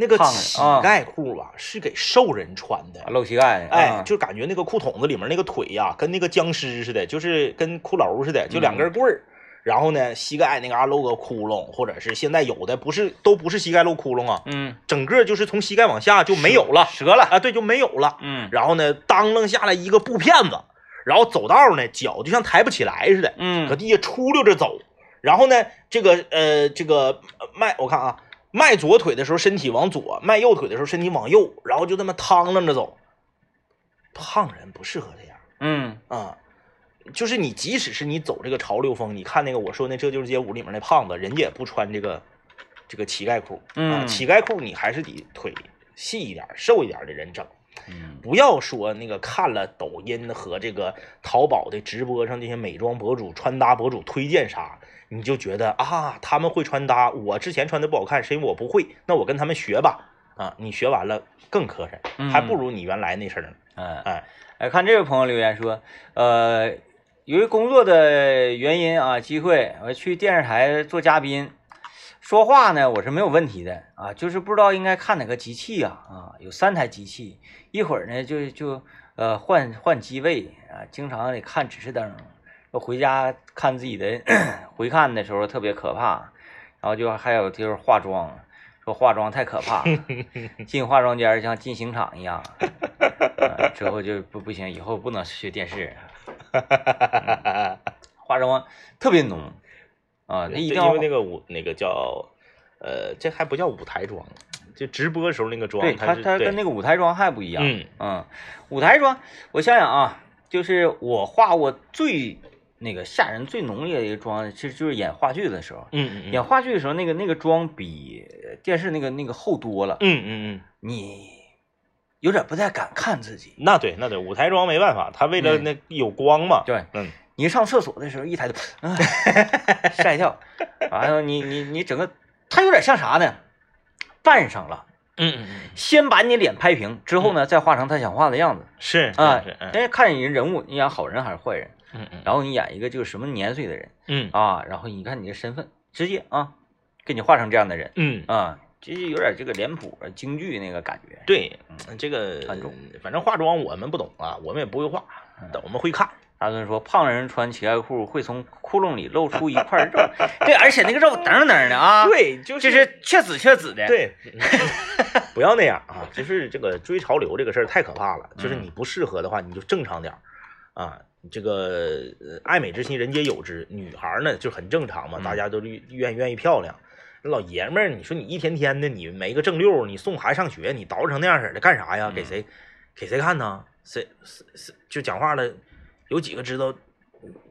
那个胖人乞啊丐裤啊，是给瘦人穿的，露膝盖的，哎啊，就感觉那个裤筒子里面那个腿呀、跟那个僵尸似的，就是跟骷髅似的，就两根棍儿，然后呢，膝盖那嘎、露个窟窿，或者是现在有的不是都不是膝盖露窟窿啊，嗯，整个就是从膝盖往下就没有了折了，啊，对，就没有了。嗯然后呢，当啷下来一个布片子，然后走道呢，脚就像抬不起来似的，搁嗯地下出溜着走。然后呢，这个呃，这个呃迈，我看啊，迈左腿的时候身体往左，迈右腿的时候身体往右，然后就这么趟啷着走。胖人不适合这样嗯啊、就是你即使是你走这个潮流风，你看那个我说那《这就是街舞》里面那胖子，人家也不穿这个这个乞丐裤啊，嗯乞丐裤你还是得腿细一点、瘦一点的人整。嗯不要说那个看了抖音和这个淘宝的直播上这些美妆博主、穿搭博主推荐啥，你就觉得啊他们会穿搭，我之前穿的不好看，是因为我不会，那我跟他们学吧。啊，你学完了更磕碜，嗯还不如你原来那身儿呢。哎哎，哎，看这位朋友留言说，呃，由于工作的原因啊，机会我去电视台做嘉宾，说话呢我是没有问题的啊，就是不知道应该看哪个机器呀啊有三台机器，一会儿呢就就呃换换机位啊，经常得看指示灯，我回家看自己的 回看的时候特别可怕，然后就还有就是化妆。说化妆太可怕了，进化妆间儿像进刑场一样，啊之后就不不行，以后不能学电视，嗯 化妆特别浓啊，他一定就因要为那个舞，那个叫，呃，这还不叫舞台妆，就直播时候那个妆，对它他是他对跟那个舞台妆还不一样，嗯舞台妆我想想啊，就是我化过最那个吓人最浓烈的一个妆，其实就是演话剧的时候，嗯嗯演话剧的时候那个那个妆比呃电视那个那个厚多了，嗯嗯嗯，你有点不太敢看自己。那对那对，舞台妆没办法，他为了嗯那有光嘛，对嗯你上厕所的时候一抬头，啊吓一跳，完了你你你整个，它有点像啥呢？扮上了，嗯嗯嗯。先把你脸拍平，之后呢再画成他想画的样子是啊是。但是看人人物，你演好人还是坏人，嗯嗯然后你演一个就是什么年岁的人嗯啊，然后你看你的身份，直接啊，给你画成这样的人嗯，啊，就是有点这个脸谱啊京剧那个感觉。对，这个嗯看重嗯反正化妆我们不懂啊，我们也不会化，但我们会看。阿伦说：“胖人穿乞丐裤会从窟窿里露出一块肉， 对，而且那个肉噔噔的啊，对，就这是确子确子的。，对， 不要那样啊！就是这个追潮流这个事儿太可怕了，就是你不适合的话，你就正常点儿啊。这个呃爱美之心，人皆有之。女孩儿呢就很正常嘛，嗯大家都愿愿愿意漂亮。老爷们儿，你说你一天天的，你没个正六，你送孩子上学，你捯饬成那样式儿的干啥呀？嗯给谁给谁看呢？谁谁谁就讲话了，有几个知道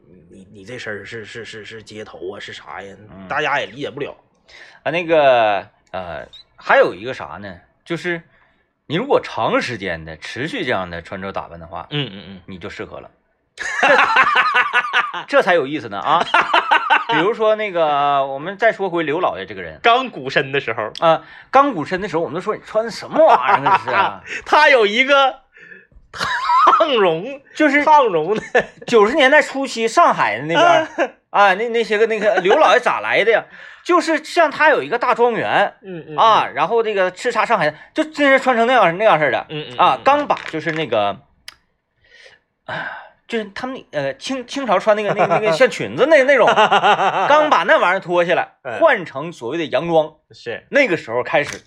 你你你这身儿是是是是街头啊，是啥呀？嗯大家也理解不了。啊，那个呃，还有一个啥呢？就是你如果长时间的持续这样的穿着打扮的话，嗯嗯嗯，你就适合了， 这这才有意思呢啊！比如说那个，我们再说回刘老爷这个人刚鼓身的时候。啊、刚鼓身的时候，我们都说你穿什么玩意儿这是、啊，他有一个烫绒，就是烫绒的，九十年代初期上海的那边儿啊，那那些个那个刘老爷咋来的呀？就是像他有一个大庄园。嗯嗯啊，，然后这个叱咤上海，就真是穿成那样那样式儿的，嗯嗯啊嗯，刚把就是那个，啊，就是他们那呃清清朝穿那个那个那个像裙子那那 种，啊刚把那玩意儿脱下来嗯，换成所谓的洋装，是，那个时候开始，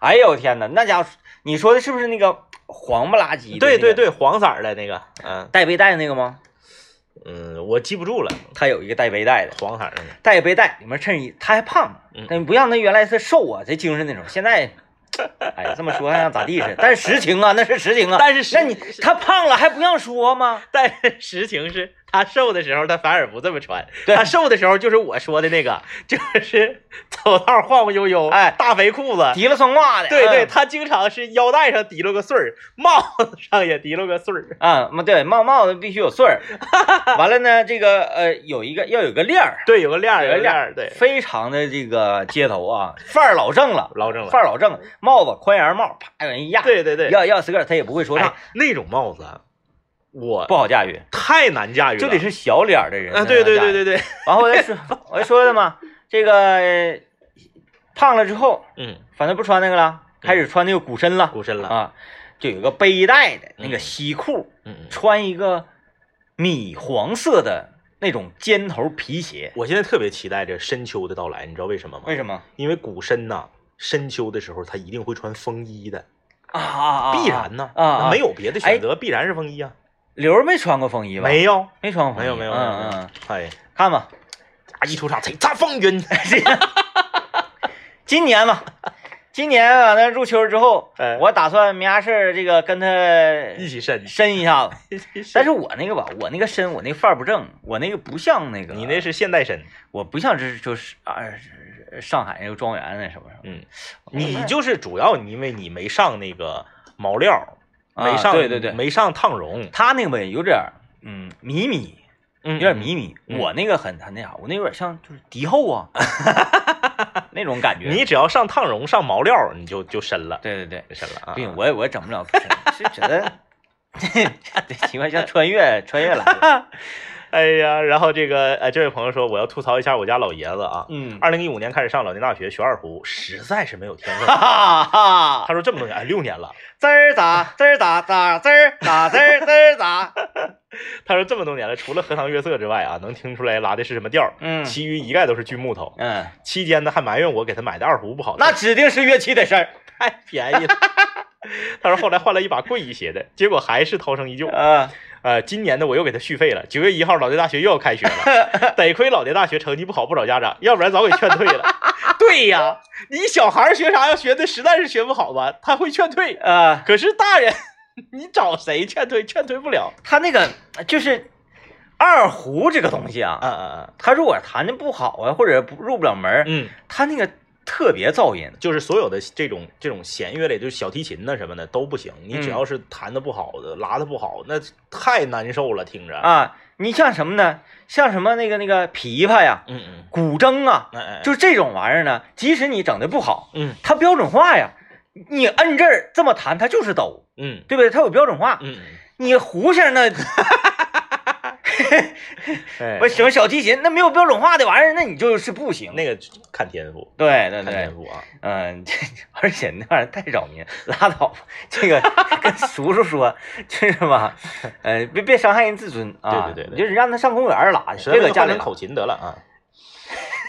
哎呦我天哪，那家伙，你说的是不是那个黄不拉几的？对对，对，黄色儿的那个，嗯带背带那个吗？嗯，我记不住了，他有一个带背带的，黄色儿的那个，带背带里面衬衣，他还胖嗯，但不像他原来是瘦啊，贼精神那种。现 在，哎呀，这么说还像咋地似的。但是实情啊，那是实情啊。 但是实那你他胖了还不让说吗？ 但是实情是他瘦的时候，他反而不这么穿，对他瘦的时候就是我说的那个，就是走道晃晃悠悠，哎大肥裤子。 提了松袜的，对对，嗯，他经常是腰带上提溜个穗儿，帽子上也提溜个穗儿。啊，嘛对，帽帽子必须有穗 儿。完了呢，这个呃，有一个要有个链儿，对，有个链儿，有有个链儿。对，非常的这个街头啊，范儿老正了，老正了范。儿老正，帽子宽檐帽，啪往人一压，对对对，要要死个儿他也不会说哎唱，那种帽子啊，我不好驾驭，太难驾驭了，就得是小脸儿的人啊，对对对对对，然后我再说， 我就说的嘛，这个呃胖了之后，嗯，反正不穿那个了，开始穿那个鼓身了，鼓身了，啊，就有个背带的那个西裤，嗯穿一个米黄色的那种尖头皮鞋。我现在特别期待着深秋的到来，你知道为什么吗？为什么因为古深呐、深秋的时候他一定会穿风衣的，啊啊啊！必然呐、啊啊！没有别的选择，必然是风衣啊。刘儿没穿过风衣吧？没有，没穿过风没衣，有，没有，没有嗯嗯，，哎，看吧， 啊，一出场，叱咤风云，哎今年吧，今年啊，那入秋之后哎，我打算没啥事儿，这个跟一他起伸。伸一下子。但是我那个吧，我那个伸，我那个范儿不正，我那个不像那个，你那是现代身，我不像是就是啊，是上海那个庄园那什么什么，嗯，哦你就是主要因为你没上那个毛料，啊没上对对对没上烫绒，他那个呗有点儿嗯迷你，有有点迷你。嗯我那个很很那啥，我那有点像就是敌后 啊，那种感觉。你只要上烫绒、上毛料，你就就深了，对对对，就深了啊。不行，我也我也整不了，不是是觉得 这情况像穿 越穿越来了。哎呀，然后这个呃，这位朋友说我要吐槽一下我家老爷子啊，嗯，二零一五年开始上老年大学学二胡，实在是没有天分。 哈哈，他说这么多年，哎，六年了。滋儿咋滋儿咋咋滋儿咋滋儿滋儿咋，他说这么多年了，除了荷塘月色之外啊，能听出来拉的是什么调儿，嗯其余一概都是锯木头。嗯，期间呢，还埋怨我给他买的二胡不好，那指定是乐器的事儿。太便宜了。 他说后来换了一把贵一些的，结果还是涛声依旧。啊，呃，今年呢，我又给他续费了。九月一号，老爹大学又要开学了。 得亏老爹大学成绩不好，不找家长，要不然早给劝退了。 对呀，你小孩儿学啥要学的，实在是学不好吧，他会劝退。呃， 可是大人， 你找谁劝退？劝退不了。他那个就是二胡这个东西啊，嗯嗯他如果弹的不好啊，或者不入不了门儿，嗯嗯，他那个特别噪音。就是所有的这种这种弦乐类，就是小提琴呐什么的都不行。你只嗯要是弹的不好的，拉的不好，那太难受了，听着。啊，你像什么呢？像什么那个那个琵琶呀、嗯嗯，古筝啊，哎哎，就这种玩意儿呢，即使你整的不好，嗯它标准化呀，你摁这儿这么弹，它就是抖，嗯对不对？它有标准化。嗯，你胡声 那哎不，什么小提琴，那没有标准化的玩意儿，那你就是不行。那个看天赋，对对看对天，赋啊。嗯，这而且那玩意儿太扰民，拉倒吧。这 个跟叔叔说，就是吧，呃，别别伤害人自尊啊。对对对对就是让他上公园儿拉去，实在别不搁行家换里成拉口琴得了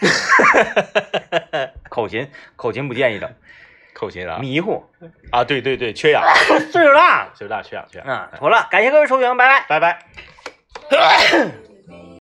啊，口琴，口琴不建议整，口琴啊，迷糊，啊，对对对， 缺氧，岁数大了岁数大缺氧缺氧，啊，妥了，感谢各位收听，拜拜。拜拜。